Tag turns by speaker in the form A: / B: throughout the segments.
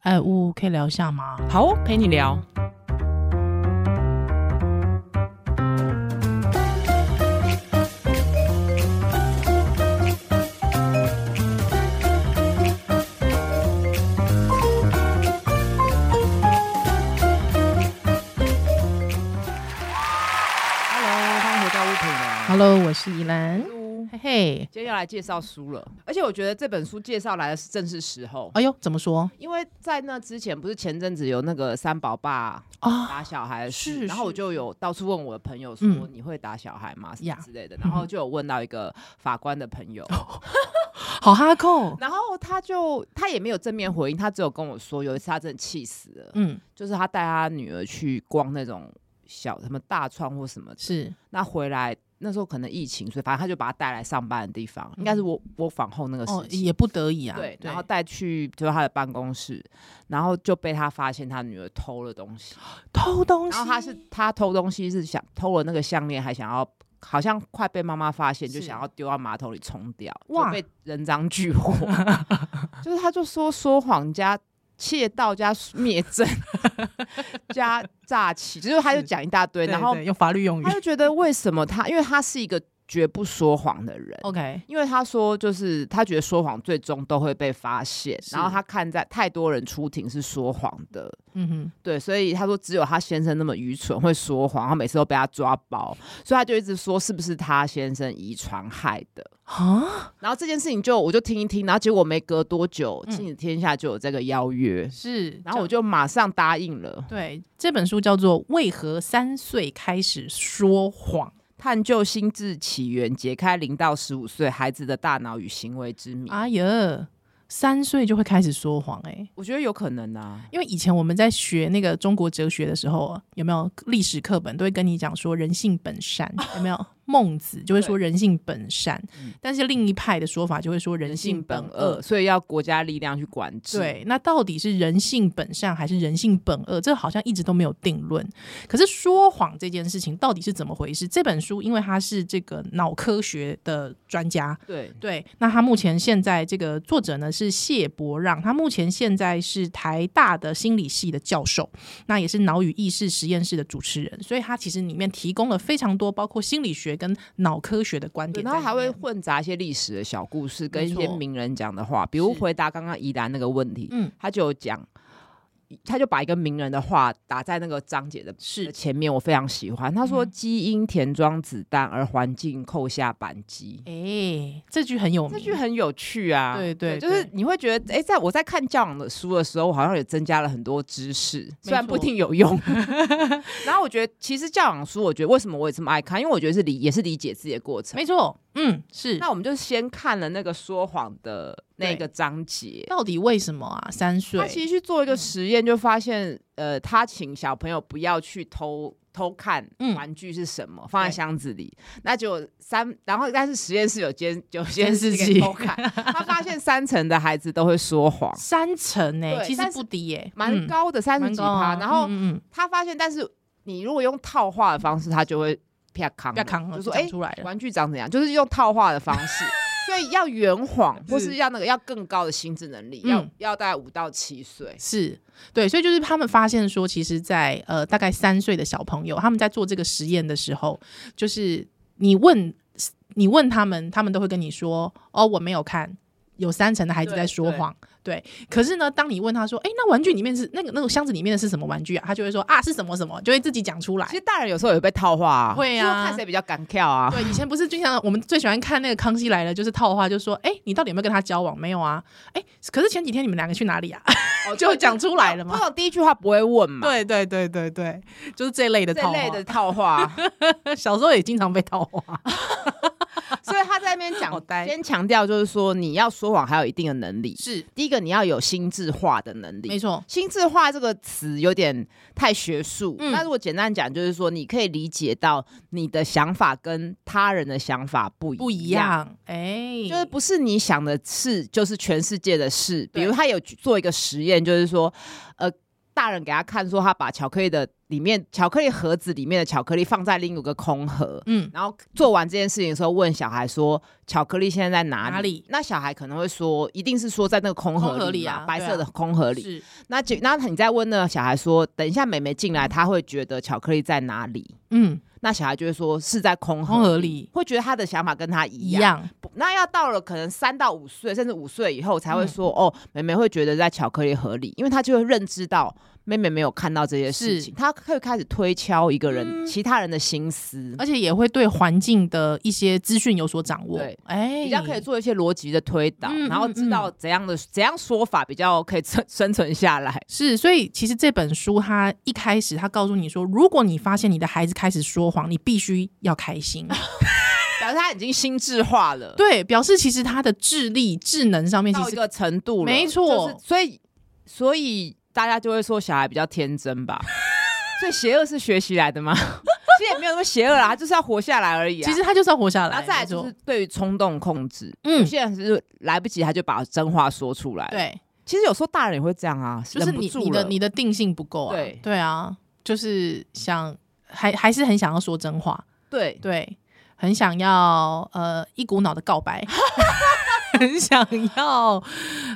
A: 哎，呜，可以聊一下吗？
B: 好哦，陪你聊。Hello，欢迎回到屋陪你
A: Hello，我是宜兰，
B: 聊。屋
A: 嘿嘿，
B: 接下来介绍书了，而且我觉得这本书介绍来的是正是时候，
A: 哎呦，怎么说
B: 因为在那之前不是前阵子有那个三宝爸
A: 啊？
B: 打小孩的事，
A: 是
B: 然后我
A: 是
B: 就有到处问我的朋友说、
A: 嗯
B: 你会打小孩吗？什么
A: 呀嗯哦
B: 之类的，然后就有问到一个法官的朋友，
A: 好哈扣，
B: 然后他就他也没有正面回应，他只有跟我说有一次他真的气死了，
A: 嗯，
B: 就是他带他女儿去逛那种小什么大创或什么，
A: 是
B: 那回来。那时候可能疫情，所以反正他就把他带来上班的地方，应该是我我访后那个时
A: 嗯哦，
B: 期、
A: 也不得已啊。
B: 呃对，然后带去就是他的办公室，然后就被他发现他女儿偷了东西，
A: 偷东西，
B: 然后他是他偷东西是想偷了那个项链，还想要好像快被妈妈发现，就是想要丢到马桶里冲掉，
A: 哇
B: 哇，被人赃俱获， 就是他就说说谎加。窃盗加灭 证加诈欺，就是他就是讲一大堆，
A: 对，
B: 然后
A: 对用法律用语
B: 他就觉得为什么他，因为他是一个绝不说谎的人，
A: ，OK，
B: 因为他说，就是他觉得说谎最终都会被发现，
A: 是
B: 然后他看在太多人出庭是说谎的，
A: 嗯哼，
B: 对，所以他说只有他先生那么愚蠢会说谎，他每次都被他抓包，所以他就一直说是不是他先生遗传害的。
A: 啊，
B: 然后这件事情就我就听一听，然后结果没隔多久，
A: 嗯
B: 亲子天下就有这个邀约，
A: 是，
B: 然后我
A: 就
B: 就马上答应了。
A: 对这本书叫做《为何三岁开始说谎》。
B: 探究心智起源，解开零到十五岁孩子的大脑与行为之谜。
A: 哎呀，三岁就会开始说谎哎、
B: 我觉得有可能啊，
A: 因为以前我们在学那个中国哲学的时候，有没有历史课本都会跟你讲说人性本善， 有没有？孟子就会说人性本善
B: 嗯，
A: 但是另一派的说法就会说人性本恶。
B: 所以要国家力量去管制。，
A: 对，那到底是人性本善还是人性本恶？这好像一直都没有定论。可是说谎这件事情到底是怎么回事？这本书因为他是这个脑科学的专家，
B: 对，
A: 对，那他目前现在这个作者呢是谢伯让，他目前现在是台大的心理系的教授，那也是脑与意识实验室的主持人，所以他其实里面提供了非常多包括心理学跟脑科学的观点在
B: 然
A: 里
B: 后
A: 面，
B: 还会混杂一些历史的小故事，跟一
A: 没
B: 些
A: 错
B: 名人讲的话，比如回答刚刚宜兰那个问题，
A: 嗯
B: 他就有讲，他就把一个名人的话打在那个章节的
A: 是
B: 前面，我非常喜欢。他说：“
A: 嗯
B: 基因填装子弹，而环境扣下扳机。”
A: 哎、这句很有名，
B: 这句很有趣啊，
A: 对对
B: 就是
A: 对
B: 你会觉得，哎，在我在看教养的书的时候，我好像也增加了很多知识，虽然
A: 没
B: 不
A: 错
B: 一定有 用。然后我觉得，其实教养书，我觉得为什么我也这么爱看，因为我觉得是理也是理解自己的过程。
A: 没错，嗯，是。
B: 那我们就先看了那个说谎的那
A: 对
B: 个章节。
A: 到底为什么啊？三岁
B: 他其实去做
A: 嗯
B: 一个实验，就发现，呃，他请小朋友不要去偷偷看
A: 嗯
B: 玩具是什么，放在
A: 对
B: 箱子里。那就三，然后但是实验室有监有监视
A: 监视
B: 器
A: 器
B: 偷 看，他发现三成的孩子都会说谎，
A: 三成呢、
B: 对
A: 其实
B: 但是
A: 不低耶、
B: 蛮
A: 嗯
B: 高的三十
A: 蛮
B: 几
A: 高啊
B: 趴。然后
A: 嗯嗯嗯，
B: 他发现，但是你如果用套话的方式，他就会啪康
A: 不要扛了，
B: 就说
A: 讲
B: 哎，
A: 出来了，
B: 玩具长怎样，就是用套话的方 式。所以要圆谎，或是要那个要更高的心智能力，要
A: 嗯
B: 要大概五到七岁。
A: 是对，所以就是他们发现说，其实在，呃大概三岁的小朋友，他们在做这个实验的时候，就是你问你问他们，他们都会跟你说：“哦，我没有看。”有三成的孩子
B: 对
A: 在说
B: 对
A: 谎，对可是呢，当你问他说：“哎、那玩具里面是那个那个箱子里面的是什么玩具啊？”他就会说：“啊，是什么什么。”就会自己讲出来
B: 其。实大人有时候也被套话哎啊，
A: 会啊
B: 就是看谁比较敢跳啊。
A: 对，以前不是经常我们最喜欢看那个《康熙来了》，就是套话，就说：“哎、你到底有没有跟他交往？没有啊？哎、可是前几天你们两个去哪里啊？”
B: 哦
A: 就讲出来了
B: 通
A: 嘛。
B: 常第一句话不会问嘛，
A: 对对对对对，就是这类的
B: 嗯这
A: 套话。
B: 类的套话。
A: 小时候也经常被套话。
B: 所以他在那边讲
A: 好，呆
B: 先强调就是说，你要说谎还有一定的能力。
A: 是，
B: 第一个，你要有心智化的能力。
A: 没错，
B: 心智化这个词有点太学术，
A: 嗯
B: 那如果简单讲，就是说你可以理解到你的想法跟他人的想法不一
A: 不一，样。哎、
B: 就是不是你想的事，就是全世界的事。比
A: 对
B: 如他有做一个实验，就是说，呃，大人给他看说他把巧克力的里面巧克力盒子里面的巧克力放在另一个空盒。
A: 嗯，
B: 然后做完这件事情的时候，问小孩说：“巧克力现在在哪里？”
A: 哪里
B: 那小孩可能会说：“一定是说在那个空盒
A: 空盒
B: 里
A: 里
B: 嘛
A: 啊
B: 白
A: 对
B: 色的
A: 啊
B: 空盒里。
A: 是，
B: 那就那你再问那个小孩说：“等一下，妹妹进来，她会觉得巧克力在哪里
A: 嗯，？”
B: 那小孩就会说：“是在空盒
A: 空盒里
B: 会觉得他的想法跟他嗯一
A: 一
B: 样。嗯
A: 样，
B: 不那要到了可能三到五岁，甚至五岁以后，才
A: 嗯
B: 会说、哦，妹妹会觉得在巧克力盒里，因为她就会认知到妹妹没有看到这些事情，她会开始推敲一个人、
A: 嗯
B: 其他人的心思，
A: 而且也会对环境的一些资讯有所掌握
B: 对。
A: 哎，
B: 比较可以做一些逻辑的推导，
A: 嗯
B: 然后知道怎样的、怎样说法比较可以生生存下来。
A: 是，所以其实这本书它一开始它告诉你说，如果你发现你的孩子开始说谎，你必须要开 心，
B: 表示她已经心智化了，
A: 对，表示其实他的智力、智能上面其
B: 到一
A: 实
B: 个程度了，
A: 没错
B: 就是所以所以大家就会说小孩比较天真吧，所以邪恶是学习来的吗？ 其实也没有那么邪恶啦，他就是要活下来而已、啊。
A: 其实他就是要活下
B: 然
A: 来。
B: 后再来
A: 没错
B: 就是对于冲动控制，有
A: 嗯，
B: 些人是来不及，他就把真话说出来。，
A: 对，
B: 其实有时候大人也会这样啊，
A: 就是
B: 忍不
A: 你
B: 住
A: 你的
B: 了
A: 你的定性不够啊，
B: 对
A: 啊，就是想还还是很想要说真话，
B: 对
A: 对，很想要呃一股脑的告白， 很想要，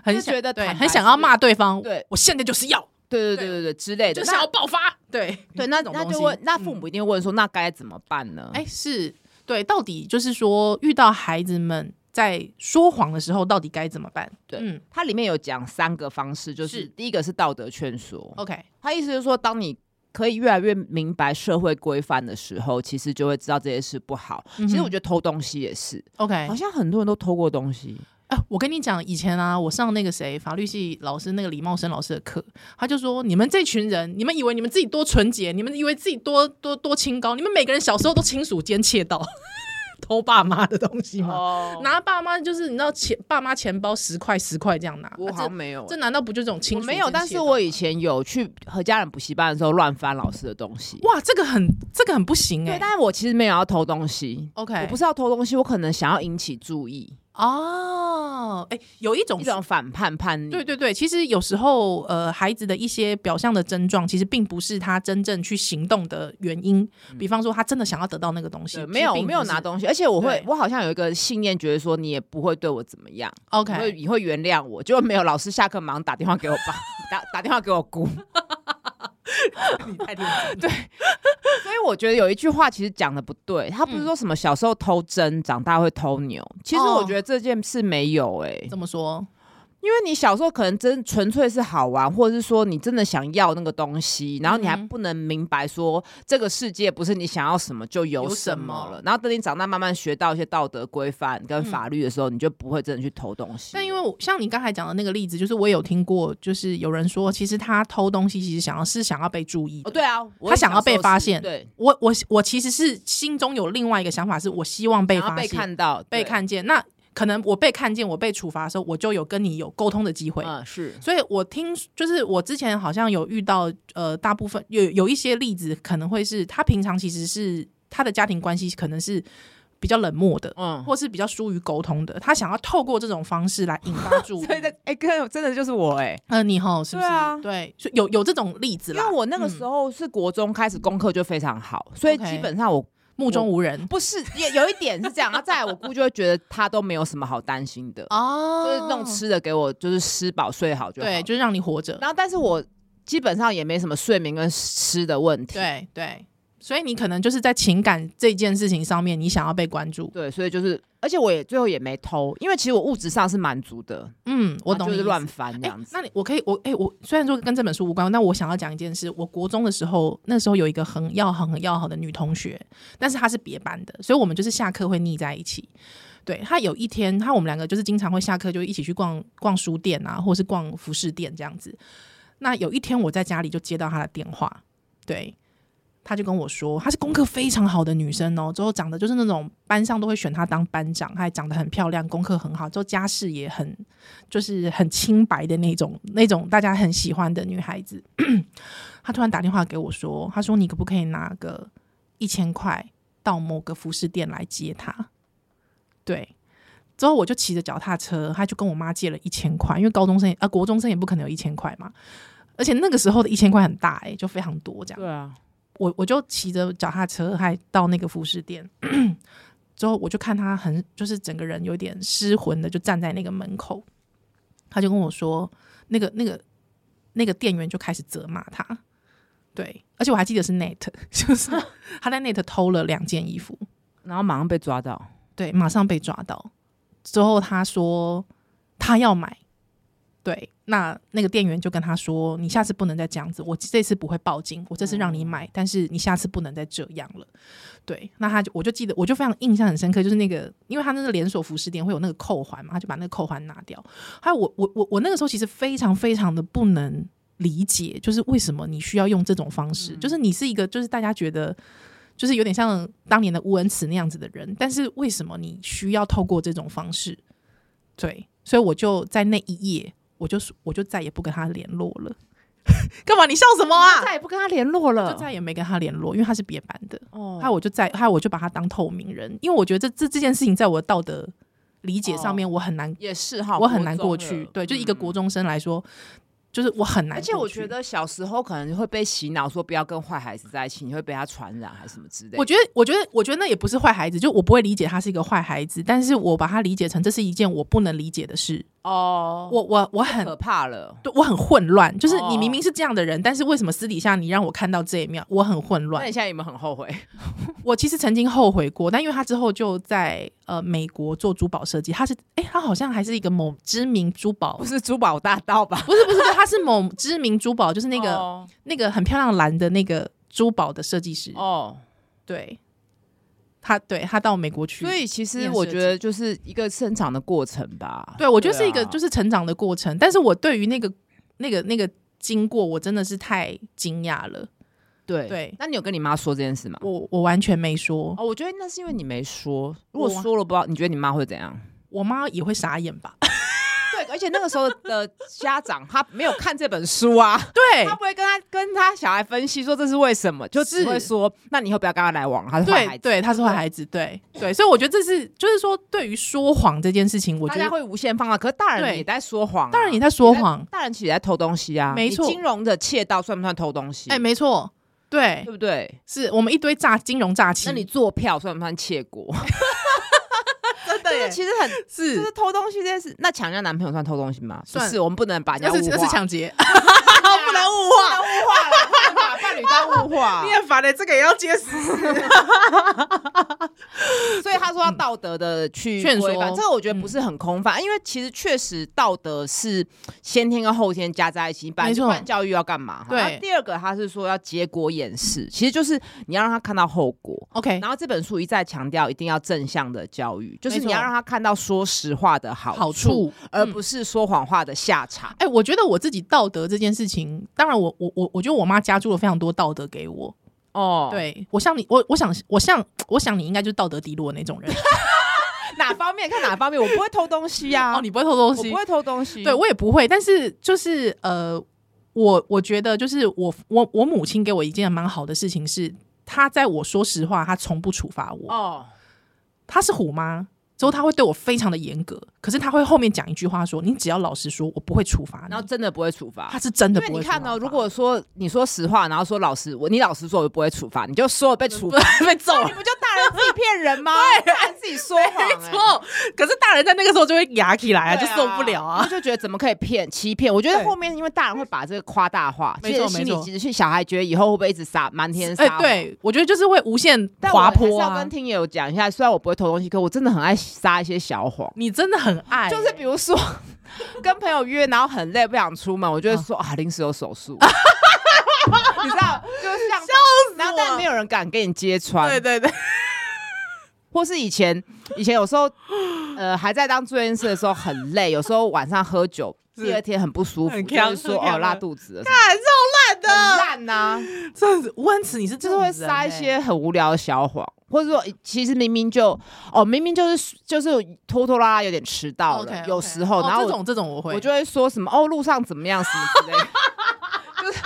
A: 很
B: 就
A: 想
B: 觉得
A: 对，
B: 坦白
A: 很想要
B: 是
A: 骂对方，
B: 对
A: 我现在就是要，
B: 对对对对对之类的。
A: 就是
B: 那
A: 要爆发，对
B: 对那
A: 种
B: 那
A: 东
B: 就
A: 西嗯
B: 问，那父母一定会问说，那该怎么办呢？
A: 哎，是对，到底就是说，遇到孩子们在说谎的时候，到底该怎么办？
B: 对
A: 嗯
B: 它里面有讲三个方式，就是
A: 是
B: 第一个是道德劝说，
A: ，OK，
B: 他意思就是说，当你可以越来越明白社会规范的时候，其实就会知道这些事不好。
A: 嗯
B: 其实
A: 哼哎
B: 我觉得偷东西也是，
A: ，OK，
B: 好像很多人都偷过东西。
A: 哎、我跟你讲，以前啊，我上那个谁法律系老师那个李茂生老师的课，他就说：你们这群人，你们以为你们自己多纯洁，你们以为自己多多多清高，你们每个人小时候都亲属间窃盗， 偷爸妈的东西嘛，
B: 哦
A: 拿爸妈就是你知道钱，爸妈钱包十块十块这样拿，
B: 我
A: 啊
B: 好像没有
A: 这这难道不就这种亲
B: 我
A: 属
B: 没有，
A: 间
B: 但
A: 窃
B: 是
A: 盗
B: 我
A: 吗
B: 以前有去和家人补习班的时候乱翻老师的东西。
A: 哇，这个很这个很不行哎、
B: 对，但是我其实没有要偷东西，
A: OK，
B: 我不是要偷东西，我可能想要引起注意，
A: 哦，哎、有一种
B: 一种反叛叛逆。
A: 对对对，其实有时候呃，孩子的一些表象的症状，其实并不是他真正去行动的原因。比方说，他真的想要得到那个东西
B: 嗯对，，
A: 其实
B: 没有，我
A: 并
B: 没
A: 不
B: 有拿
A: 是。
B: 东西，而且我会
A: 对，
B: 我好像有一个信念，觉得说你也不会对我怎么样。你会
A: OK，
B: 你会原谅我，结果没有。老师下课忙打电话给我爸，打打电话给我姑。
A: 你太天真了
B: 所以我觉得有一句话其实讲的不对，他
A: 嗯
B: 不是说什么小时候偷针，长大会偷牛。其实
A: 哦
B: 我觉得这件事没有哎、
A: 怎么说？
B: 因为你小时候可能真纯粹是好玩，或者是说你真的想要那个东西，然后你还
A: 嗯哼
B: 不能明白说这个世界不是你想要什么就有
A: 有
B: 什
A: 什
B: 么
A: 么嗯
B: 了。然后等你长大慢慢学到一些道德规范跟法律的时候，你就不会真的去偷东西。
A: 但因为我像你刚才讲的那个例子，就是我有听过，就是有人说，其实他偷东西，其实想要是想要被注意的
B: 哦，对啊，我
A: 他想要被
B: 小时候
A: 发
B: 是
A: 现
B: 对，
A: 我我我其实是心中有另外一个想法，是我希望被
B: 想要
A: 发
B: 被
A: 现、
B: 看到，
A: 被
B: 对。
A: 看见。那可能我被看见，我被处罚的时候，我就有跟你有沟通的机会。
B: 嗯，是
A: 所以我听就是我之前好像有遇到呃，大部分有有一些例子可能会是他平常其实是他的家庭关系可能是比较冷漠的，
B: 嗯，
A: 或是比较疏于沟通的，他想要透过这种方式来引发注意
B: 所。以这哎，哥、真的就是我哎、
A: 呃，你好，是不是？
B: 对啊
A: 对，所以有有这种例子
B: 因
A: 啦
B: 为，我那个时候是国中开始功课就非常好，所以
A: OK
B: 基本上我
A: 目中无人
B: 不是也有一点是这样，然后再来我姑就会觉得他都没有什么好担心的，
A: 哦
B: 就是弄吃的给我，就是吃饱睡好就好。
A: 对，就是让你活着。
B: 然后但是我基本上也没什么睡眠跟吃的问题，
A: 对对，所以你可能就是在情感这件事情上面，你想要被关注。
B: 对，所以就是，而且我也最后也没偷，因为其实我物质上是满足的，
A: 嗯，我
B: 然后
A: 懂
B: 啊就
A: 你
B: 是
A: 意思
B: 乱翻这样子。
A: 那你我可以我哎、我虽然说跟这本书无关，但我想要讲一件事。我国中的时候，那时候有一个很要好很要好的女同学，但是她是别班的，所以我们就是下课会腻在一起。对她有一天，她我们两个就是经常会下课就一起去逛逛书店啊，或是逛服饰店这样子。那有一天我在家里就接到她的电话，对。她就跟我说，她是功课非常好的女生哦，之后长得就是那种班上都会选她当班长，她还长得很漂亮，功课很好，之后家世也很就是很清白的那种，那种大家很喜欢的女孩子。 她突然打电话给我说，她说你可不可以拿个一千块到某个服饰店来接她？对。之后我就骑着脚踏车，她就跟我妈借了一千块，因为高中生啊、呃国中生也不可能有一千块嘛。而且那个时候的一千块很大哎、就非常多这样。
B: 对啊，
A: 我我就骑着脚踏车还到那个服饰店，之后我就看他很就是整个人有点失魂的，就站在那个门口，他就跟我说，那个那个那个店员就开始责骂他，对，而且我还记得是 Net，就是 他在 Net 偷了两件衣服，
B: 然后马上被抓到，
A: 对，马上被抓到。之后他说他要买，对，那那个店员就跟他说：“你下次不能再这样子，我这次不会报警，我这次让你买，但是你下次不能再这样了。”对，那他就我就记得，我就非常印象很深刻，就是那个，因为他那个连锁服饰店会有那个扣环嘛，他就把那个扣环拿掉。还有我我我我那个时候其实非常非常的不能理解，就是为什么你需要用这种方式，就是你是一个就是大家觉得。就是有点像当年的吴恩慈那样子的人，但是为什么你需要透过这种方式？对，所以我就在那一夜，我就我就再也不跟他联络了。干嘛？你笑什么
B: 就
A: 啊？
B: 再也不跟他联络了
A: 就。再也没跟他联络，因为他是别班的。
B: 哦
A: 还有我就在，还有我就把他当透明人，因为我觉得这这这件事情在我的道德理解上面，我很难，
B: 也是哈，
A: 我很难
B: 嗯国
A: 过
B: 中
A: 去
B: 了。
A: 对，就一
B: 嗯
A: 个国中生来说，就是我很难
B: 而
A: 过去。
B: 且我觉得小时候可能会被洗脑，说不要跟坏孩子在一起，你会被他传染还是什么之类
A: 我
B: 的。
A: 觉得，我觉得，我觉得那也不是坏孩子，就我不会理解他是一个坏孩子，但是我把他理解成这是一件我不能理解的事。
B: 哦，
A: 我我我很
B: 可怕了。
A: 对我很混乱，就是你
B: 哦
A: 明明是这样的人，但是为什么私底下你让我看到这一面，我很混
B: 那
A: 乱
B: 你。现在有没有很后悔？
A: 我其实曾经后悔过，但因为他之后就在呃美国做珠宝设计，他是哎、他好像还是一个某知名珠宝
B: 不，是珠宝大盗吧？
A: 不是不是，不是他是某知名珠宝，就是那个、
B: 哦
A: 那个很漂亮蓝的那个珠宝的设计师，
B: 哦，
A: 对，他对他到美国去，
B: 所以其实
A: 念
B: 我
A: 设
B: 觉得就是一个生长的过程吧。
A: 对，我觉得是一个
B: 啊
A: 就是成长的过程，但是我对于那个那个那个经过，我真的是太惊讶了，
B: 对
A: 对
B: 那你有跟你妈说这件事吗？
A: 我我完全没说，
B: 哦，我觉得那是因为你没说。如果
A: 我啊
B: 说了，不知道你觉得你妈会怎样？
A: 我妈也会傻眼吧？
B: 啊对，而且那个时候的家长他没有看这本书啊，
A: 对
B: 他不会跟他跟他小孩分析说这是为什么，就只
A: 是
B: 会说那你以后不要跟他来往，啊他是坏
A: 对
B: 孩子。嗯
A: 对，她是坏孩子，对对，所以我觉得这是就是说，对于说谎这件事情，我
B: 大
A: 觉
B: 家
A: 得
B: 会无限放大，可是大人
A: 对
B: 也在说谎、啊，
A: 当然你在说谎，
B: 大人其实也在偷东西啊，
A: 没错
B: 你金融的窃盗算不算偷东西？
A: 哎、没错，对
B: 对，不对？
A: 是我们一堆诈金融诈欺，
B: 那你做票算不算窃 国？
A: 真
B: 就是其实很，就是是偷东西这件事。那抢人家男朋友算偷东西吗？不
A: 算
B: 是，我们不能把人家
A: 那
B: 物
A: 是那是
B: 化，
A: 抢劫，。
B: 不能物 化，物化了，不能把伴侣当物 化
A: 很烦的，这个也要接死，
B: 所以他说要道德的去
A: 劝说嗯
B: 规范这个我觉得不是很空泛，因为其实确实道德是先天跟后天加在一起，本来就
A: 没错
B: 办教育要干嘛？
A: 对
B: 然后第二个他是说要结果演示，其实就是你要让他看到后果。
A: ，OK，
B: 然后这本书一再强调，一定要正向的教育，就是
A: 没错
B: 你要让他看到说实话的好
A: 好
B: 处，
A: 处。嗯
B: 而不是说谎话的下场。
A: 哎、我觉得我自己道德这件事情，当然我我我我觉得我妈加注了非常多道德给我。
B: 哦，，
A: 对我像你，我我想我像我想你应该就是道德低落的那种 人。
B: 哪方面看哪方面，我不会偷东西 呀、
A: 哦，你不会偷东
B: 我
A: 西
B: 不，会偷东西，
A: 对我也不会，但是就是呃，我我觉得就是我我我母亲给我一件蛮好的事情是，她在我说实话，她从不处罚我。
B: 哦，
A: 她是虎妈。之后她会对我非常的严格，可是她会后面讲一句话说：“你只要老实说，我不会处罚你。
B: 然后”真的不会处罚，
A: 她是真的
B: 因
A: 不
B: 为
A: 会
B: 你
A: 处
B: 看哦
A: 罚
B: 呢，如果说你说实话，然后说老实，我你老实说，我就不会处罚，你就说了被处罚，
A: 被揍
B: 你不就大人自己骗人吗？ 对，大人自己说谎、欸
A: 没错，哦可是大人在那个时候就会压起来啊，就受不了啊。
B: 他就觉得怎么可以骗欺骗？我觉得
A: 对
B: 后面因为大人会把这个夸大化，
A: 没错
B: 其实心
A: 没
B: 里
A: 错
B: 其实是小孩觉得以后会不会一直撒满天撒
A: 哎、
B: 谎？
A: 对，我觉得就是会无限
B: 但我
A: 滑
B: 还是
A: 坡
B: 要
A: 啊
B: 跟。听友讲一下，虽然我不会偷东西，可我真的很爱撒一些小谎。
A: 你真的很爱欸、
B: 就是比 如说跟朋友约，然后很累不想出门，我
A: 嗯
B: 就会说啊临时有 手术，你知道，就是像笑死然后但没有人敢跟你揭穿，
A: 对对对，
B: 或是以前以前有时候呃还在当住院师的时候很累，有时候晚上喝酒，
A: 是
B: 第二天很不舒服，
A: 很
B: 就
A: 呛
B: 是说
A: 很啊呛
B: 哦拉肚子了，
A: 看
B: 很烂呐，
A: 真的是温慈，你是
B: 就
A: 就是
B: 会撒一
A: 欸
B: 些很无聊的小谎。或者说，其实明明就哦，明明就是就是拖拖拉拉，有点迟到了。有时候，然后
A: 哦这
B: 我
A: 种这种我会，
B: 我就会说什么哦，路上怎么样什么之类的， 就是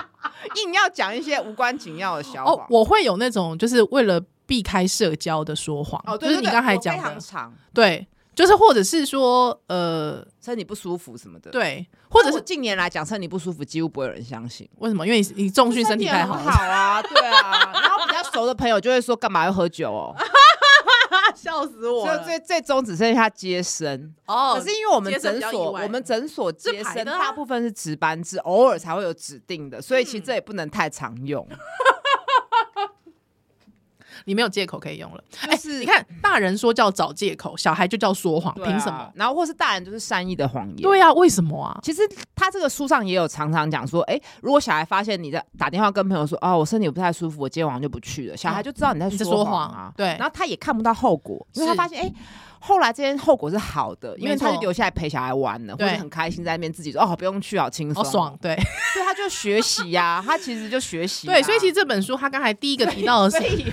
B: 硬要讲一些无关紧要的小
A: 哦
B: 谎，。
A: 我会有那种就是为了避开社交的说谎，
B: 哦，对
A: 就
B: 对
A: 是你
B: 对
A: 刚才
B: 我
A: 讲
B: 非常
A: 的，
B: 长，
A: 对，就是或者是说，呃，
B: 身体不舒服什么的，，
A: 对，或者
B: 是
A: 是
B: 近年来讲身体不舒服，几乎不会有人相信。
A: 为什么？因为你你重训身体太好
B: 很
A: 了，
B: 好啊，对啊。然后比较熟的朋友就会说，干嘛要喝酒哦？
A: 笑死
B: 所以最最终只剩下接生。
A: 哦
B: 可是因为我们
A: 接生
B: 诊
A: 比较
B: 所，
A: 意外
B: 我们诊所
A: 这
B: 接
A: 排
B: 生
A: 的啊
B: 大部分是值班制，偶尔才会有指定的，所以其实这也不能太常用。
A: 嗯你没有借口可以用了。哎、
B: 就是
A: 你看大人说叫找借口，小孩就叫说谎，
B: 对
A: 凭、
B: 啊
A: 什么？？
B: 然后或是大人就是善意的谎言。
A: 对啊，为什么啊？
B: 其实他这个书上也有常常讲说，哎、如果小孩发现你在打电话跟朋友说，哦，我身体不太舒服，我今天晚上就不去了，小孩就知道你在
A: 哦你在
B: 说
A: 说
B: 谎
A: 谎
B: 啊，
A: 对
B: 然后他也看不到后果，因为他
A: 是
B: 发现，哎、后来这件后果是好的，因为
A: 没错
B: 他就留下来陪小孩玩了，或
A: 对
B: 者很开心在那边自己说，哦，不用去，好轻
A: 好
B: 松，
A: 爽，对
B: 对，他就学习呀、 他其实就学习啦、
A: 对，所以其实这本书他刚才第一个提到的
B: 所
A: 是
B: 以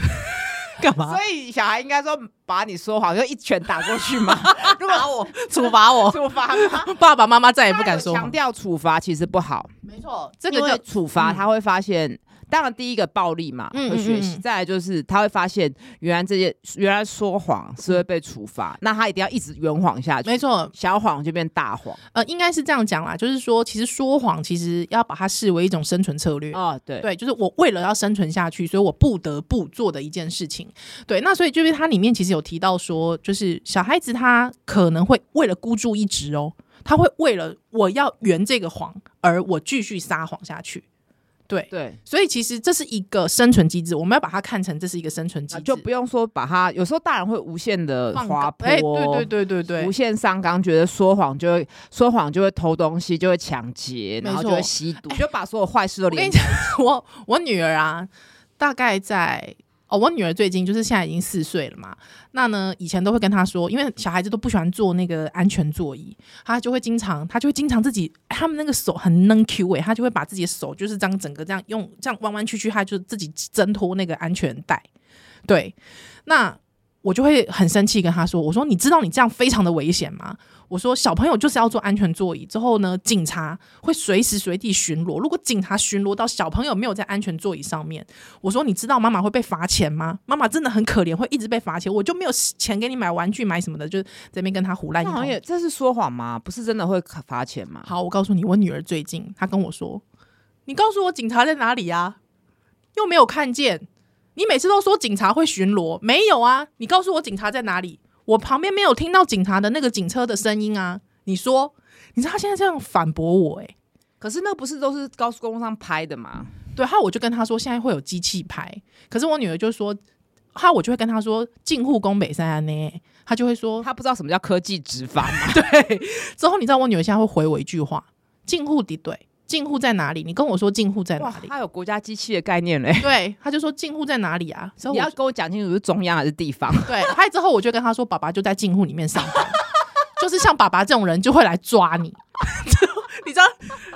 A: 干
B: 所以小孩应该说把你说谎就一拳打过去 嘛，如果
A: 罚我，处罚我，
B: 处罚吗？
A: 爸爸妈妈再也不
B: 他有
A: 敢说
B: 强
A: 谎。
B: 调处罚其实不好，
A: 没错，这
B: 因
A: 个
B: 为
A: 叫
B: 处罚，
A: 嗯
B: 他会发现，当然第一个暴力嘛，
A: 嗯
B: 会学
A: 嗯
B: 习；
A: 嗯嗯
B: 再来就是他会发现，原来这些原来说谎是会被处罚，那他一定要一直圆谎下去，
A: 没错，
B: 小谎就变大谎。
A: 呃，应该是这样讲啦，就是说，其实说谎其实要把它视为一种生存策略。
B: 哦，对，
A: 对，就是我为了要生存下去，所以我不得不做的一件事情。对，那所以就是它里面其实有提到说，就是小孩子他可能会为了孤注一掷哦，他会为了我要圆这个谎，而我继续撒谎下去。对，
B: 对。
A: 所以其实这是一个生存机制，我们要把它看成这是一个生存机
B: 啊
A: 制，
B: 就不用说把他，有时候大人会无限的
A: 放
B: 滑坡，
A: 哎、对对对对
B: 无
A: 对，
B: 限上纲，觉得说谎就会说谎就会偷东西，就会抢劫，
A: 没
B: 然后就
A: 错
B: 会吸 毒，就把所有坏事都
A: 我跟
B: 连
A: 你讲， 我我女儿啊，大概在哦，我女儿最近就是现在已经四岁了嘛。那呢，以前都会跟她说，因为小孩子都不喜欢坐那个安全座椅，她就会经常，她就会经常自己，哎他们那个手很能 Q 哎、她就会把自己的手就是这样整个这样用这样弯弯曲曲，她就自己挣脱那个安全带。对，那。我就会很生气，跟她说：“我说你知道你这样非常的危险吗？我说小朋友就是要坐安全座椅，之后呢，警察会随时随地巡逻。如果警察巡逻到小朋友没有在安全座椅上面，我说你知道妈妈会被罚钱吗？妈妈真的很可怜，会一直被罚钱。我就没有钱给你买玩具买什么的，就在那边跟他胡乱一
B: 那好
A: 通
B: 像。也这是说谎吗？不是真的会罚钱吗？
A: 好，我告诉你，我女儿最近她跟我说，你告诉我警察在哪里啊？又没有看见，你每次都说警察会巡逻，没有啊？你告诉我警察在哪里？我旁边没有听到警察的那个警车的声音啊！你说，你知道她现在这样反驳我、欸，诶，
B: 可是那不是都是高速公路上拍的吗？
A: 对，后来我就跟她说现在会有机器拍，可是我女儿就说，后来我就会跟她说进护宫北山呢，她就会说，
B: 他不知道什么叫科技执法嘛？
A: 之后你知道我女儿现在会回我一句话，进护敌对，进护在哪里？你跟我说进护在哪
B: 哇，
A: 里？
B: 他有国家机器的概念嘞！
A: 对，他就说近户在哪里啊？之后
B: 你
A: 我
B: 要
A: 就
B: 跟我讲清楚是中央还是地方？
A: 对，拍之后我就跟他说，爸爸就在近户里面上班， 就是像爸爸这种人就会来抓你。 你知道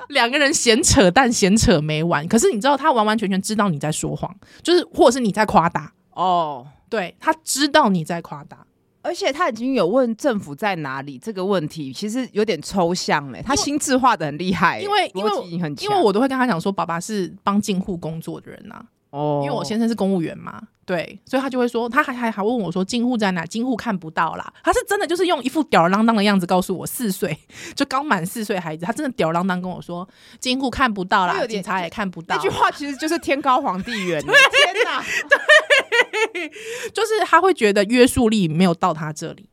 A: 两个人闲扯淡，闲扯没完。可是你知道他完完全全知道你在说谎，就是或者是你在夸大，
B: 哦，
A: 对他知道你在夸大。
B: 而且他已经有问政府在哪里这个问题，其实有点抽象嘞。他心智化的很厉害欸，
A: 因为因为
B: 逻辑很强，
A: 因为我都会跟他讲说，爸爸是帮近户工作的人呐、啊
B: 哦
A: 因为我先生是公务员嘛，对，所以他就会说，他还还还问我说，进户在哪？进户看不到啦。他是真的就是用一副吊儿郎当的样子告诉我，四岁 就刚满四岁孩子，他真的吊儿郎当跟我说，进户看不到
B: 这
A: 啦，
B: 有点
A: 警察也看不到
B: 那。句话其实就是天高皇帝远欸， 天哪！
A: 就是他会觉得约束力没有到他这里。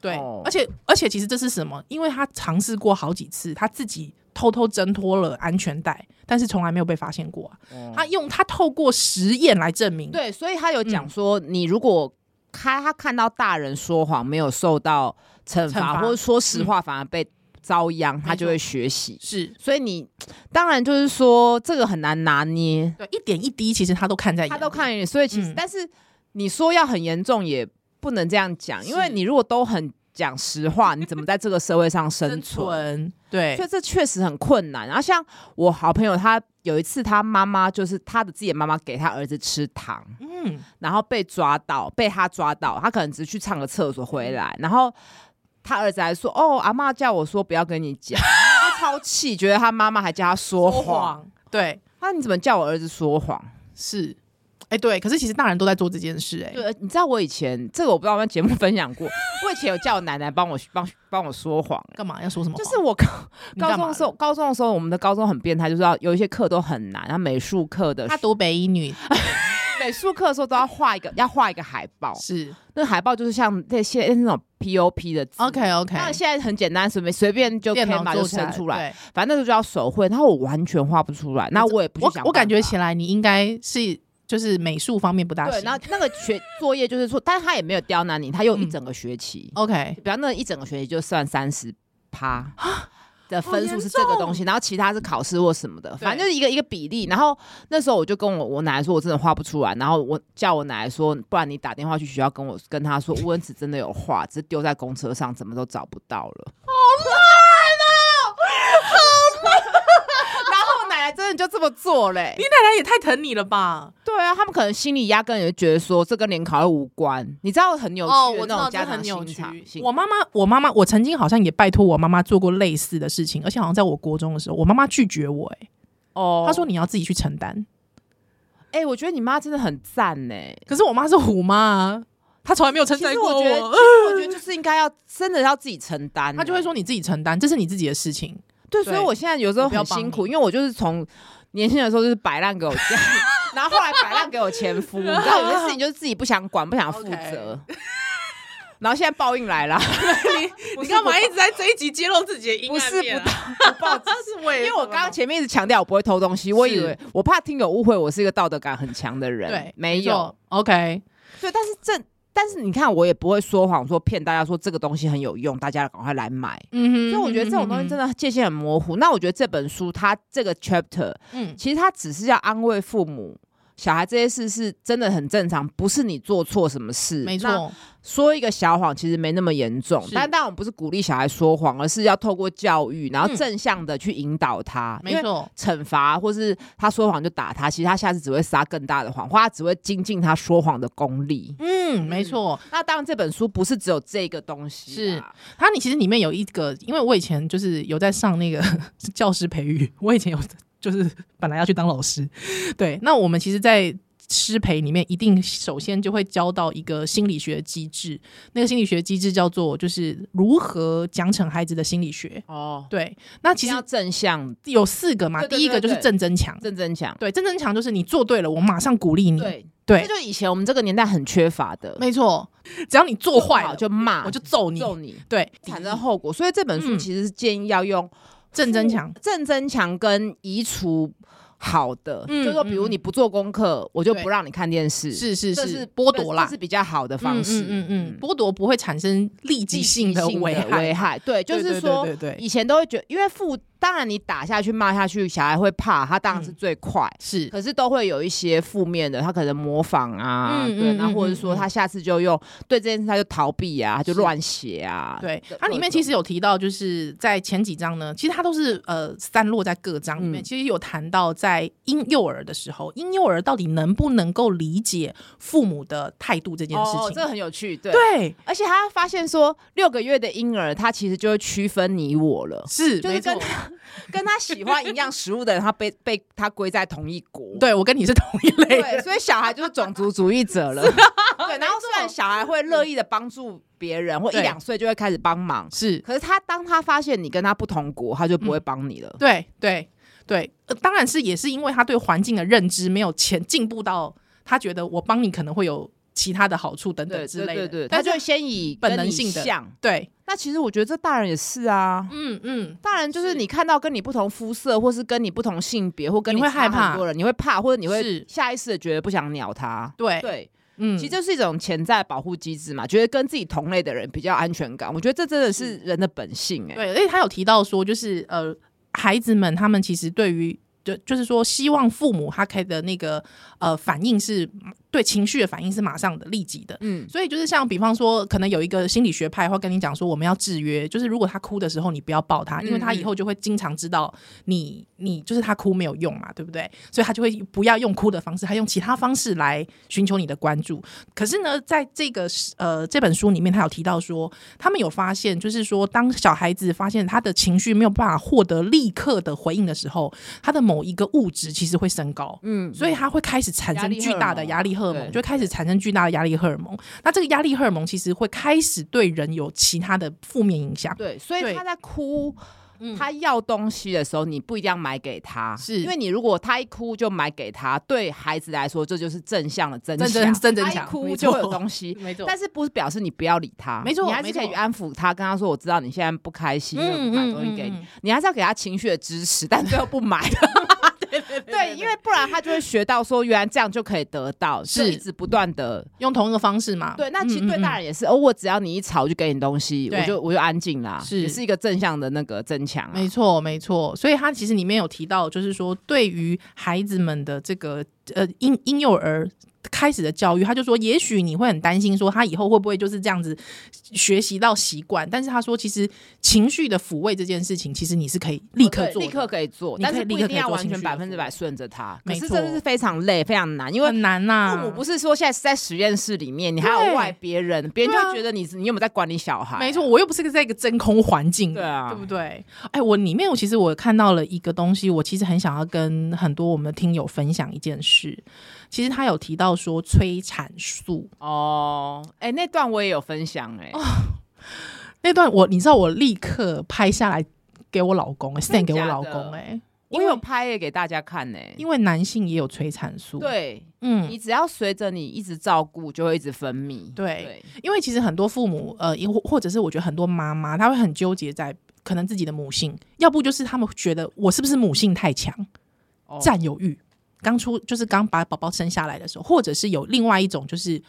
A: 对，
B: 哦
A: 而且而且其实这是什么？因为他尝试过好几次，他自己偷偷挣脱了安全带，但是从来没有被发现过啊、
B: 哦
A: 他用他透过实验来证明，
B: 对，所以他有讲说，你如果看他看到大人说谎没有受到惩
A: 惩
B: 罚，嗯
A: 罚
B: 或者说实话反而被遭殃，他就会学习。
A: 是。
B: 所以你当然就是说这个很难拿捏，
A: 对，一点一滴，其实他都看在眼里，
B: 他都看你，所以其实、
A: 嗯
B: 但是你说要很严重也不能这样讲，因为
A: 是
B: 你如果都很讲实话，你怎么在这个社会上 生
A: 生
B: 存？
A: 存，对
B: 所以这确实很困难。然后像我好朋友，他有一次他妈妈就是他的自己的妈妈给他儿子吃糖，
A: 嗯，
B: 然后被抓到，被他抓到，他可能只是去上个厕所回来，然后他儿子还说：“哦，阿嬷叫我说不要跟你讲。”他超气，觉得他妈妈还叫他说谎。
A: 对，
B: 他说你怎么叫我儿子说谎？
A: 是，哎、对，可是其实大人都在做这件事、哎，
B: 对，呃你知道我以前这个我不知道我们节目分享过，我以前有叫我奶奶帮我帮帮我说谎，
A: 干嘛要说什么
B: 就
A: 谎？
B: 是我高
A: 你
B: 高
A: 干嘛
B: 中的时
A: 了
B: 候，高中的时候我们的高中很变态，就是要有一些课都很难，然后美术课的
A: 他读北一女
B: 美术课的时候都要画一个要画一个海报，
A: 是
B: 那海报就是像那些那种 POP 的字
A: OK OK，
B: 那现在很简单，随便随便就
A: 哦电脑
B: Canva
A: 做
B: 就生出来，
A: 来。对
B: 反正那时候就要手绘，然后我完全画不出来，那我也不去
A: 我
B: 想
A: 我感觉
B: 办法
A: 起来你应该是就是美术方面不大
B: 对，
A: 行。
B: 然后那个学作业就是说，但是他也没有刁难你，他用一
A: 嗯
B: 整个学期，
A: OK，
B: 比方那一整个学期就算三十趴的
A: 好
B: 分
A: 严
B: 数是这个东西，然后其他是考试或什么的，反正就是一个一个比例。然后那时候我就跟我我奶奶说，我真的画不出来，然后我叫我奶奶说，不然你打电话去学校跟我跟她说，乌恩子真的有画，只是丢在公车上，怎么都找不到了。 然后我奶奶真的就这么做嘞、
A: 你奶奶也太疼你了吧？
B: 对啊，他们可能心里压根也觉得说这跟联考又无关，你知道很扭曲
A: 哦，
B: 的
A: 我知
B: 那
A: 道
B: 种
A: 这
B: 家
A: 很
B: 长
A: 扭
B: 心
A: 曲
B: 肠。心
A: 我妈妈，我妈妈，我曾经好像也拜托我妈妈做过类似的事情，而且好像在我国中的时候，我妈妈拒绝我、哎、
B: 哦
A: 她说你要自己去承担。
B: 哎、我觉得你妈真的很赞呢、
A: 可是我妈是虎妈、啊，她从来没有称
B: 其
A: 赞
B: 实
A: 过
B: 我觉得，其
A: 我。
B: 实我觉得就是应该要真的要自己承担、欸
A: 她就会，说你自己承担，这是你自己的事情。
B: 对，所以
A: 对
B: 我现在有时候
A: 我不要
B: 很辛
A: 帮
B: 苦，因为我就是从年轻的时候就是摆烂给我家， 然后后来摆烂给我前夫，你知道有些事情就是自己不想管，不想负责。然后现在报应来 了，
A: 你干嘛一直在这一集揭露自己的阴啊
B: 不是不
A: 不
B: 不报，
A: 是我
B: 因
A: 也
B: 为我刚刚前面一直强调我不会偷东西，我以
A: 是
B: 为我怕听友误会我是一个道德感很强的人，
A: 对
B: 没有，
A: OK，
B: 对，但是这但是你看我也不会说谎，说骗大家说这个东西很有用，大家赶快来买，
A: 嗯哼，
B: 所以我觉得这种东西真的界限很模糊。那我觉得这本书它这个 chapter
A: 嗯，
B: 其实它只是要安慰父母。小孩这些事是真的很正常，不是你做错什么事。
A: 嗯，没
B: 那
A: 错，
B: 说一个小谎其实没那么严重
A: 是。
B: 但当然，我们不是鼓励小孩说谎，而是要透过教育，然后
A: 嗯
B: 正向的去引导他。因
A: 没
B: 为
A: 错，
B: 惩罚或是他说谎就打他，其实他下次只会撒更大的谎，或他只会精进他说谎的功力。
A: 嗯，没错。
B: 那当然，这本书不是只有这个东西啦，
A: 它你其实里面有一个，因为我以前就是有在上那个 教师培育，我以前有就是本来要去当老师，对，那我们其实，在。师培里面一定首先就会教到一个心理学机制，那个心理学机制叫做就是如何奖惩孩子的心理学。
B: 哦，
A: 对，那其
B: 其实
A: 实
B: 要正向
A: 有四个嘛，
B: 对对
A: 第一个
B: 对
A: 就是
B: 对
A: 正增强，
B: 正增强。
A: 对，正增强就是你做对了，我马上鼓励你，
B: 对，
A: 对
B: 这就以前我们这个年代很缺乏的，
A: 没错，只要你做坏
B: 好
A: 了，
B: 就骂，
A: 我就揍你，
B: 揍你，
A: 对，
B: 产生后果。所以这本书
A: 嗯
B: 其实是建议要用
A: 正增强，
B: 正增强跟移除好的，
A: 嗯
B: 就是说比如
A: 嗯嗯
B: 你不做功课，我就
A: 对
B: 不让你看电视，
A: 是是
B: 这
A: 是
B: 是
A: 剥夺啦
B: 这是，比较好的方式。
A: 嗯嗯嗯，剥夺不会产生立即性的危害，
B: 危害，对，就
A: 对
B: 是
A: 对对
B: 说
A: 对对对
B: 以前都会觉得，因为父当然你打下去骂下去，小孩会怕，他当然是
A: 嗯
B: 最快。
A: 是
B: 可是都会有一些负面的，他可能模仿啊，
A: 嗯
B: 对，
A: 嗯
B: 然后或者
A: 嗯
B: 说
A: 嗯
B: 他下次就用对这件事他就逃避啊，他就是乱写啊，
A: 对
B: 各，
A: 它里面
B: 各种
A: 其实有提到，就是在前几章呢，其实它都是呃散落在各章里面。
B: 嗯
A: 其实有谈到在婴幼儿的时候，婴幼儿到底能不能够理解父母的态度这件事情？
B: 哦，这个很有趣，对，
A: 对，
B: 而且他发现说六个月的婴儿，他其实就会区分你我了，
A: 是
B: 就是
A: 没错
B: 跟。他 跟他喜欢一样食物的人，他被被他归在同一国，
A: 对我跟你是同一类
B: 对，
A: 人，
B: 所以小孩就是种族主义者了。 对，然后虽然小孩会乐意的帮助别人，或一
A: 对
B: 两岁就会开始帮 忙，
A: 是
B: 可是他当他发现你跟他不同国，他就不会帮你了。
A: 对对对、呃当然是也是因为他对环境的认知没有前进步到他觉得我帮你可能会有其他的好处等等之类的，
B: 他
A: 但
B: 就是先以
A: 本
B: 跟
A: 能
B: 你
A: 性的
B: 像。
A: 对，
B: 那其实我觉得这大人也是啊。
A: 嗯嗯，
B: 大人就是
A: 是
B: 你看到跟你不同肤色，或是跟你不同性别，或跟
A: 你会
B: 差
A: 害怕
B: 很多人，你会怕，或者你会
A: 是
B: 下意识的觉得不想鸟他。
A: 对，
B: 对，
A: 嗯，
B: 其实这是一种潜在保护机制嘛，觉得跟自己同类的人比较安全感。我觉得这真的是人的本性哎、
A: 嗯对，而且他有提到说，就是呃，孩子们他们其实对于就就是说，希望父母他开的那个呃反应是对情绪的反应是马上的、立即的。
B: 嗯，
A: 所以就是像比方说，可能有一个心理学派会跟你讲说，我们要制约，就是如果他哭的时候，你不要抱他，因为他以后就会经常知道你你就是他哭没有用嘛，对不对？所以他就会不要用哭的方式，他用其他方式来寻求你的关注。可是呢，在这个呃这本书里面，他有提到说，他们有发现，就是说，当小孩子发现他的情绪没有办法获得立刻的回应的时候，他的某一个物质其实会升高，
B: 嗯，
A: 所以他会开始产
B: 压
A: 生
B: 力荷
A: 巨
B: 尔
A: 大的
B: 蒙啊
A: 压力荷尔
B: 对
A: 蒙，就会开始产生巨大的压力荷尔蒙。那这个压力荷尔蒙其实会开始对人有其他的负面影响。
B: 对，所以
A: 对
B: 他在哭
A: 嗯。
B: 他要东西的时候，你不一定要买给他，
A: 是
B: 因为你如果他一哭就买给他，对孩子来说这就是正向的增
A: 正增
B: 强，
A: 正增
B: 他一
A: 强
B: 哭
A: 没
B: 就会
A: 错
B: 有东西，
A: 没错
B: 但是不是表示你不要理他？
A: 没错
B: 你还是
A: 没
B: 可
A: 错
B: 以安抚他，跟他说我知道你现在不开心，
A: 嗯
B: 我买东西给
A: 嗯嗯
B: 你
A: 嗯，
B: 你还是要给他情绪的支持，但最后不买。 对，因为不然他就会学到说，原来这样就可以得到，就是一直不断的。
A: 用同一个方式嘛。
B: 对，那其实
A: 嗯
B: 对大、人也是，哦，我只要你一吵，我就给你东西，
A: 对
B: 我就我就安静啦，
A: 是
B: 也是一个正向的那个增强啊。
A: 嗯嗯没错没错。所以他其实里面有提到，就是说对于孩子们的这个呃婴婴幼儿。开始的教育，他就说，也许你会很担心，说他以后会不会就是这样子学习到习惯？但是他说，其实情绪的抚慰这件事情，其实你是可以立刻
B: 哦对
A: 做的，
B: 立刻可以做，
A: 你可以
B: 但是
A: 立刻
B: 不一
A: 可
B: 定
A: 以
B: 要
A: 做
B: 完
A: 情
B: 全
A: 绪
B: 百
A: 的
B: 分之
A: 辅
B: 百顺着他。可
A: 没
B: 是
A: 错
B: 这就是非常累，非常难，因为
A: 很难呐、
B: 父母不是说现在是在实验室里面，你还要
A: 对
B: 外别人，别人
A: 对
B: 就
A: 啊
B: 会觉得你你有没有在管理小孩？啊
A: 没错，，我又不是在一个真空环境，
B: 对啊
A: 对不对？哎，我里面我其实我看到了一个东西，我其实很想要跟很多我们的听友分享一件事。其实他有提到说催产素
B: 哦，哎、那段我也有分享哎、
A: 哦那段我，你知道我立刻拍下来给我老公、哎
B: 嗯真的
A: ，send 给我
B: 假的
A: 老公、哎，
B: 我有拍耶给大家看呢、
A: 因为男性也有催产素，，
B: 对
A: 嗯，
B: 你只要随着你一直照顾，就会一直分泌。
A: 对因为其实很多父母，呃，也或或者是我觉得很多妈妈，她会很纠结在可能自己的母性，要不就是他们觉得我是不是母性太强，
B: 哦
A: 占有欲。刚出就是刚把宝宝生下来的时候，或者是有另外一种，就是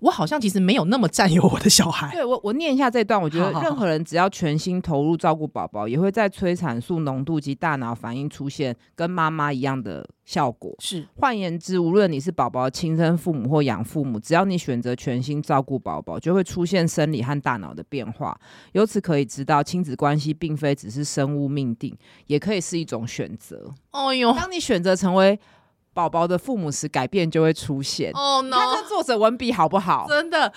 A: 我好像其实没有那么占有我的小 孩。
B: 对我，我念一下这段。我觉得
A: 好好好
B: 任何人只要全心投入照顾宝宝，也会在催产素浓度及大脑反应出现跟妈妈一样的效果。
A: 是
B: 换言之，无论你是宝宝亲生父母或养父母，只要你选择全心照顾宝宝，就会出现生理和大脑的变化。由此可以知道，亲子关系并非只是生物命定，也可以是一种选择。
A: 哦哟，
B: 当你选择成为宝宝的父母时，改变就会出现。
A: 哦
B: 你看
A: no，
B: 这作者文笔好不好？
A: 真的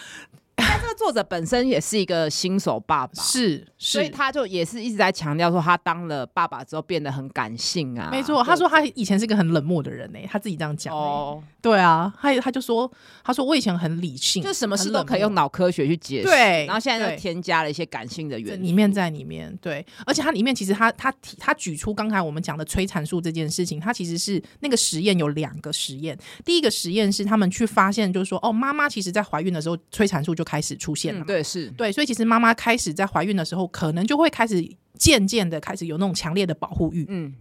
B: 但这个作者本身也是一个新手爸爸，
A: 是
B: 所以
A: 是，
B: 他就也是一直在强调说，他当了爸爸之后变得很感性啊。
A: 没错。他说他以前是个很冷漠的人呢、他自己这样讲、哦，
B: 哦，
A: 对啊，他他就说，他说我以前很理性，
B: 就什么事都可以用脑科学去解释。
A: 对
B: 然后现在
A: 对
B: 又添加了一些感性的嗯
A: 这
B: 元素。
A: 里面在里面，对，而且它里面其实它它提它举出刚才我们讲的催产素这件事情，它其实是那个实验有两个实验，第一个实验是他们去发现，就是说哦，妈妈其实在怀孕的时候催产素就开始出现了
B: 嗯，
A: 嘛，
B: 对，是
A: 啊对，所以其实妈妈开始在怀孕的时候，可能就会开始渐渐的开始有那种强烈的保护欲，
B: 嗯，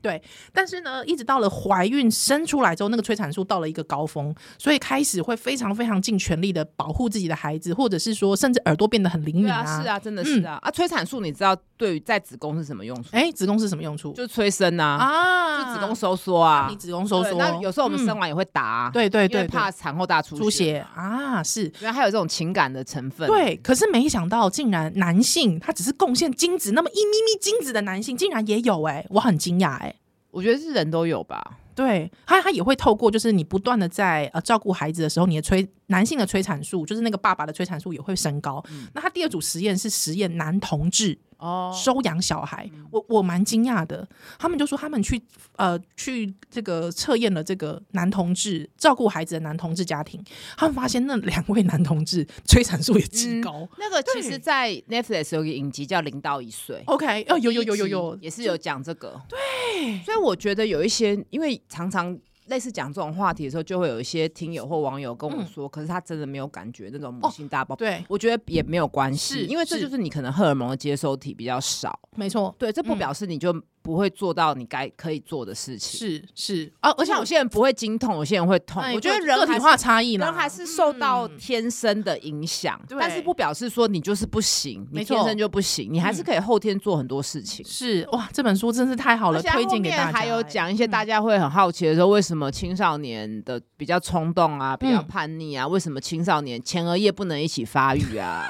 A: 但是呢，一直到了怀孕生出来之后，那个催产素到了一个高峰，所以开始会非常非常尽全力的保护自己的孩子，或者是说甚至耳朵变得很灵嗯
B: 对
A: 敏
B: 啊，是啊，真的是啊。啊，催产素你知道对于在子宫是什么用处？
A: 哎，子宫是什么用处？
B: 就催生啊，
A: 啊
B: 就子宫收缩啊
A: 你。子宫收
B: 对
A: 缩嗯
B: 那。有时候我们生完也会打啊，
A: 对对
B: 因为
A: 对，
B: 怕产后大出
A: 对出
B: 血。
A: 血啊，是
B: 原来还有这种情感的成分。
A: 对。可是没想到，竟然男性他只是贡献精子那么一咪咪精子的男性，竟然也有哎、我很惊讶哎。
B: 我觉得是人都有吧。
A: 对，他他也会透过就是你不断的在呃照顾孩子的时候，你的催男性的催产素，就是那个爸爸的催产素也会升高。那他第二组实验是实验男同志
B: 哦嗯
A: 收养小孩，我我蛮惊讶的。他们就说他们去呃去这个测验了这个男同志照顾孩子的男同志家庭，他们发现那两位男同志催产素也极高。
B: 那个其实，
A: 对
B: 在 Netflix 有一个影集叫《零到一岁》，
A: OK，哦，有有有有有
B: 第一集，也是有讲这个。对，所以我觉得有一些，因为常常类似讲这种话题的时候，就会有一些听友或网友跟我说，可是他真的没有感觉那种母性大爆。
A: 对，
B: 我觉得也没有关
A: 是
B: 系，因为这
A: 是
B: 就是你可能荷尔蒙的接收体比较少。
A: 没错，
B: 对，这不
A: 嗯
B: 表示你就不会做到你该可以做的事情。哦
A: 是是啊，
B: 而
A: 而
B: 且
A: 且
B: 有些人不会经痛，有些人会痛。
A: 哎
B: 我觉得
A: 个
B: 人
A: 个体
B: 还是
A: 化差异啦，
B: 人还是受到
A: 嗯
B: 天生的影响，
A: 对
B: 但是不表示说你就是不行，你
A: 没错
B: 天生就不行，你还是可以后天做很多事情。
A: 是哇，这本书真是太好
B: 好
A: 了，推荐给大家。
B: 还有
A: 哎
B: 讲一些大家会很好奇的时候，为什么青少年的比较冲动啊，比较
A: 嗯
B: 叛逆啊？为什么青少年前额叶不能一起发 育啊？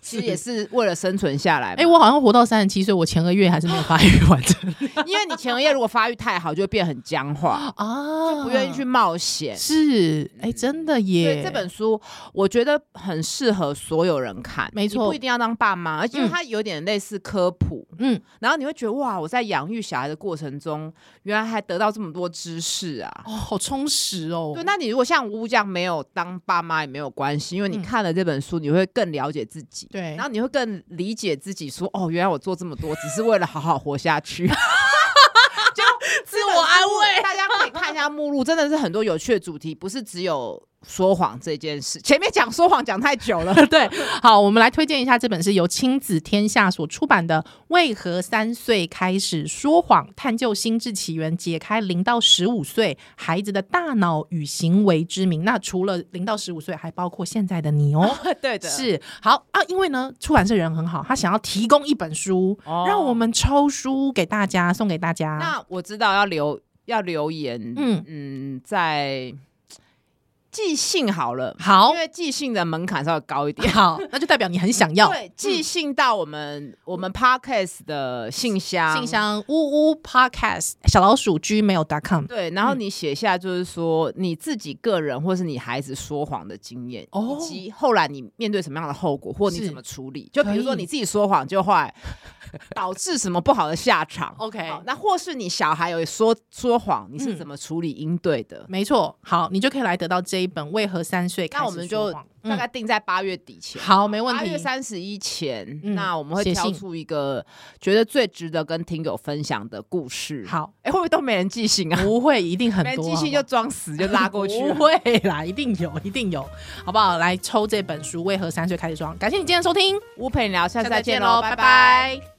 B: 其实也是为了生存下来嘛。
A: 哎、我好像活到三十七岁，我前个月还是没有发育完成
B: 因为你前额叶如果发育太好，就会变很僵化，
A: 啊，
B: 哦不愿意去。冒险。
A: 是，哎、真的
B: 所
A: 耶。
B: 以这本书我觉得很适合所有人看，
A: 没错
B: 你不一定要当爸妈，而且
A: 嗯
B: 它有点类似科普，
A: 嗯，
B: 然后你会觉得哇，我在养育小孩的过程中，原来还得到这么多知识啊。
A: 哦，好充实哦。
B: 对，那你如果像乌这样没有当爸妈也没有关系，因为你
A: 嗯
B: 看了这本书，你会更了解自己，
A: 对，
B: 然后你会更理解自己说，哦，原来我做这么多只是为了好好活 下去。
A: 自我安慰。
B: 大家可以看一下目录，真的是很多有趣的主题，不是只有说谎这件事。前面讲说谎讲太久了，
A: 对，好，我们来推荐一下这本是由亲子天下所出版的《为何三岁开始说谎：探究心智起源，解开零到十五岁孩子的大脑与行为之谜》。那除了零到十五岁，还包括现在的你哦。
B: 对
A: 是好啊，因为呢，出版社人很好，他想要提供一本书，
B: 哦
A: 让我们抽书给大家，送给大家。
B: 那我知道要留要留言，
A: 嗯
B: 嗯嗯，在寄信好了，
A: 好
B: 因为寄信的门槛稍微高一点。 嗯
A: 好，那就代表你很想要。
B: 对，寄信到我们、我们 podcast 的信箱，
A: 信箱呜呜 podcast 小老鼠 gmail.com。
B: 对，然后你写下就是说你自己个人或是你孩子说谎的经验，
A: 哦
B: 以及后来你面对什么样的后果，或你
A: 是
B: 怎么处理。就比如说
A: 可以
B: 你自己说谎，就后 来导致什么不好的下场。
A: OK
B: 好那或是你小孩有说说谎，你是
A: 嗯
B: 怎么处理应对的？
A: 没错，好，你就可以来得到这一本《为何三岁开
B: 那我
A: 始
B: 们
A: 说
B: 就
A: 谎嗯
B: 大概定在八月底前。
A: 好，没问
B: 八月
A: 题。
B: 三十一前，
A: 嗯
B: 那我们会
A: 写
B: 挑
A: 信
B: 出一个觉得最值得跟听友分享的故事。，
A: 好，
B: 哎、会不会都没人寄信啊？
A: 不会，一定很
B: 没人
A: 多。
B: 寄信
A: 好不好
B: 就装死，就 拉过去了。
A: 不会啦，一定有，一定有，好不好？来抽这本书《为何三岁开始说谎》。感谢你今天的收听，
B: 我陪你聊，下
A: 下
B: 次
A: 次
B: 再
A: 再
B: 见
A: 见
B: 喽，
A: 喽，
B: 拜
A: 拜
B: 拜
A: 拜。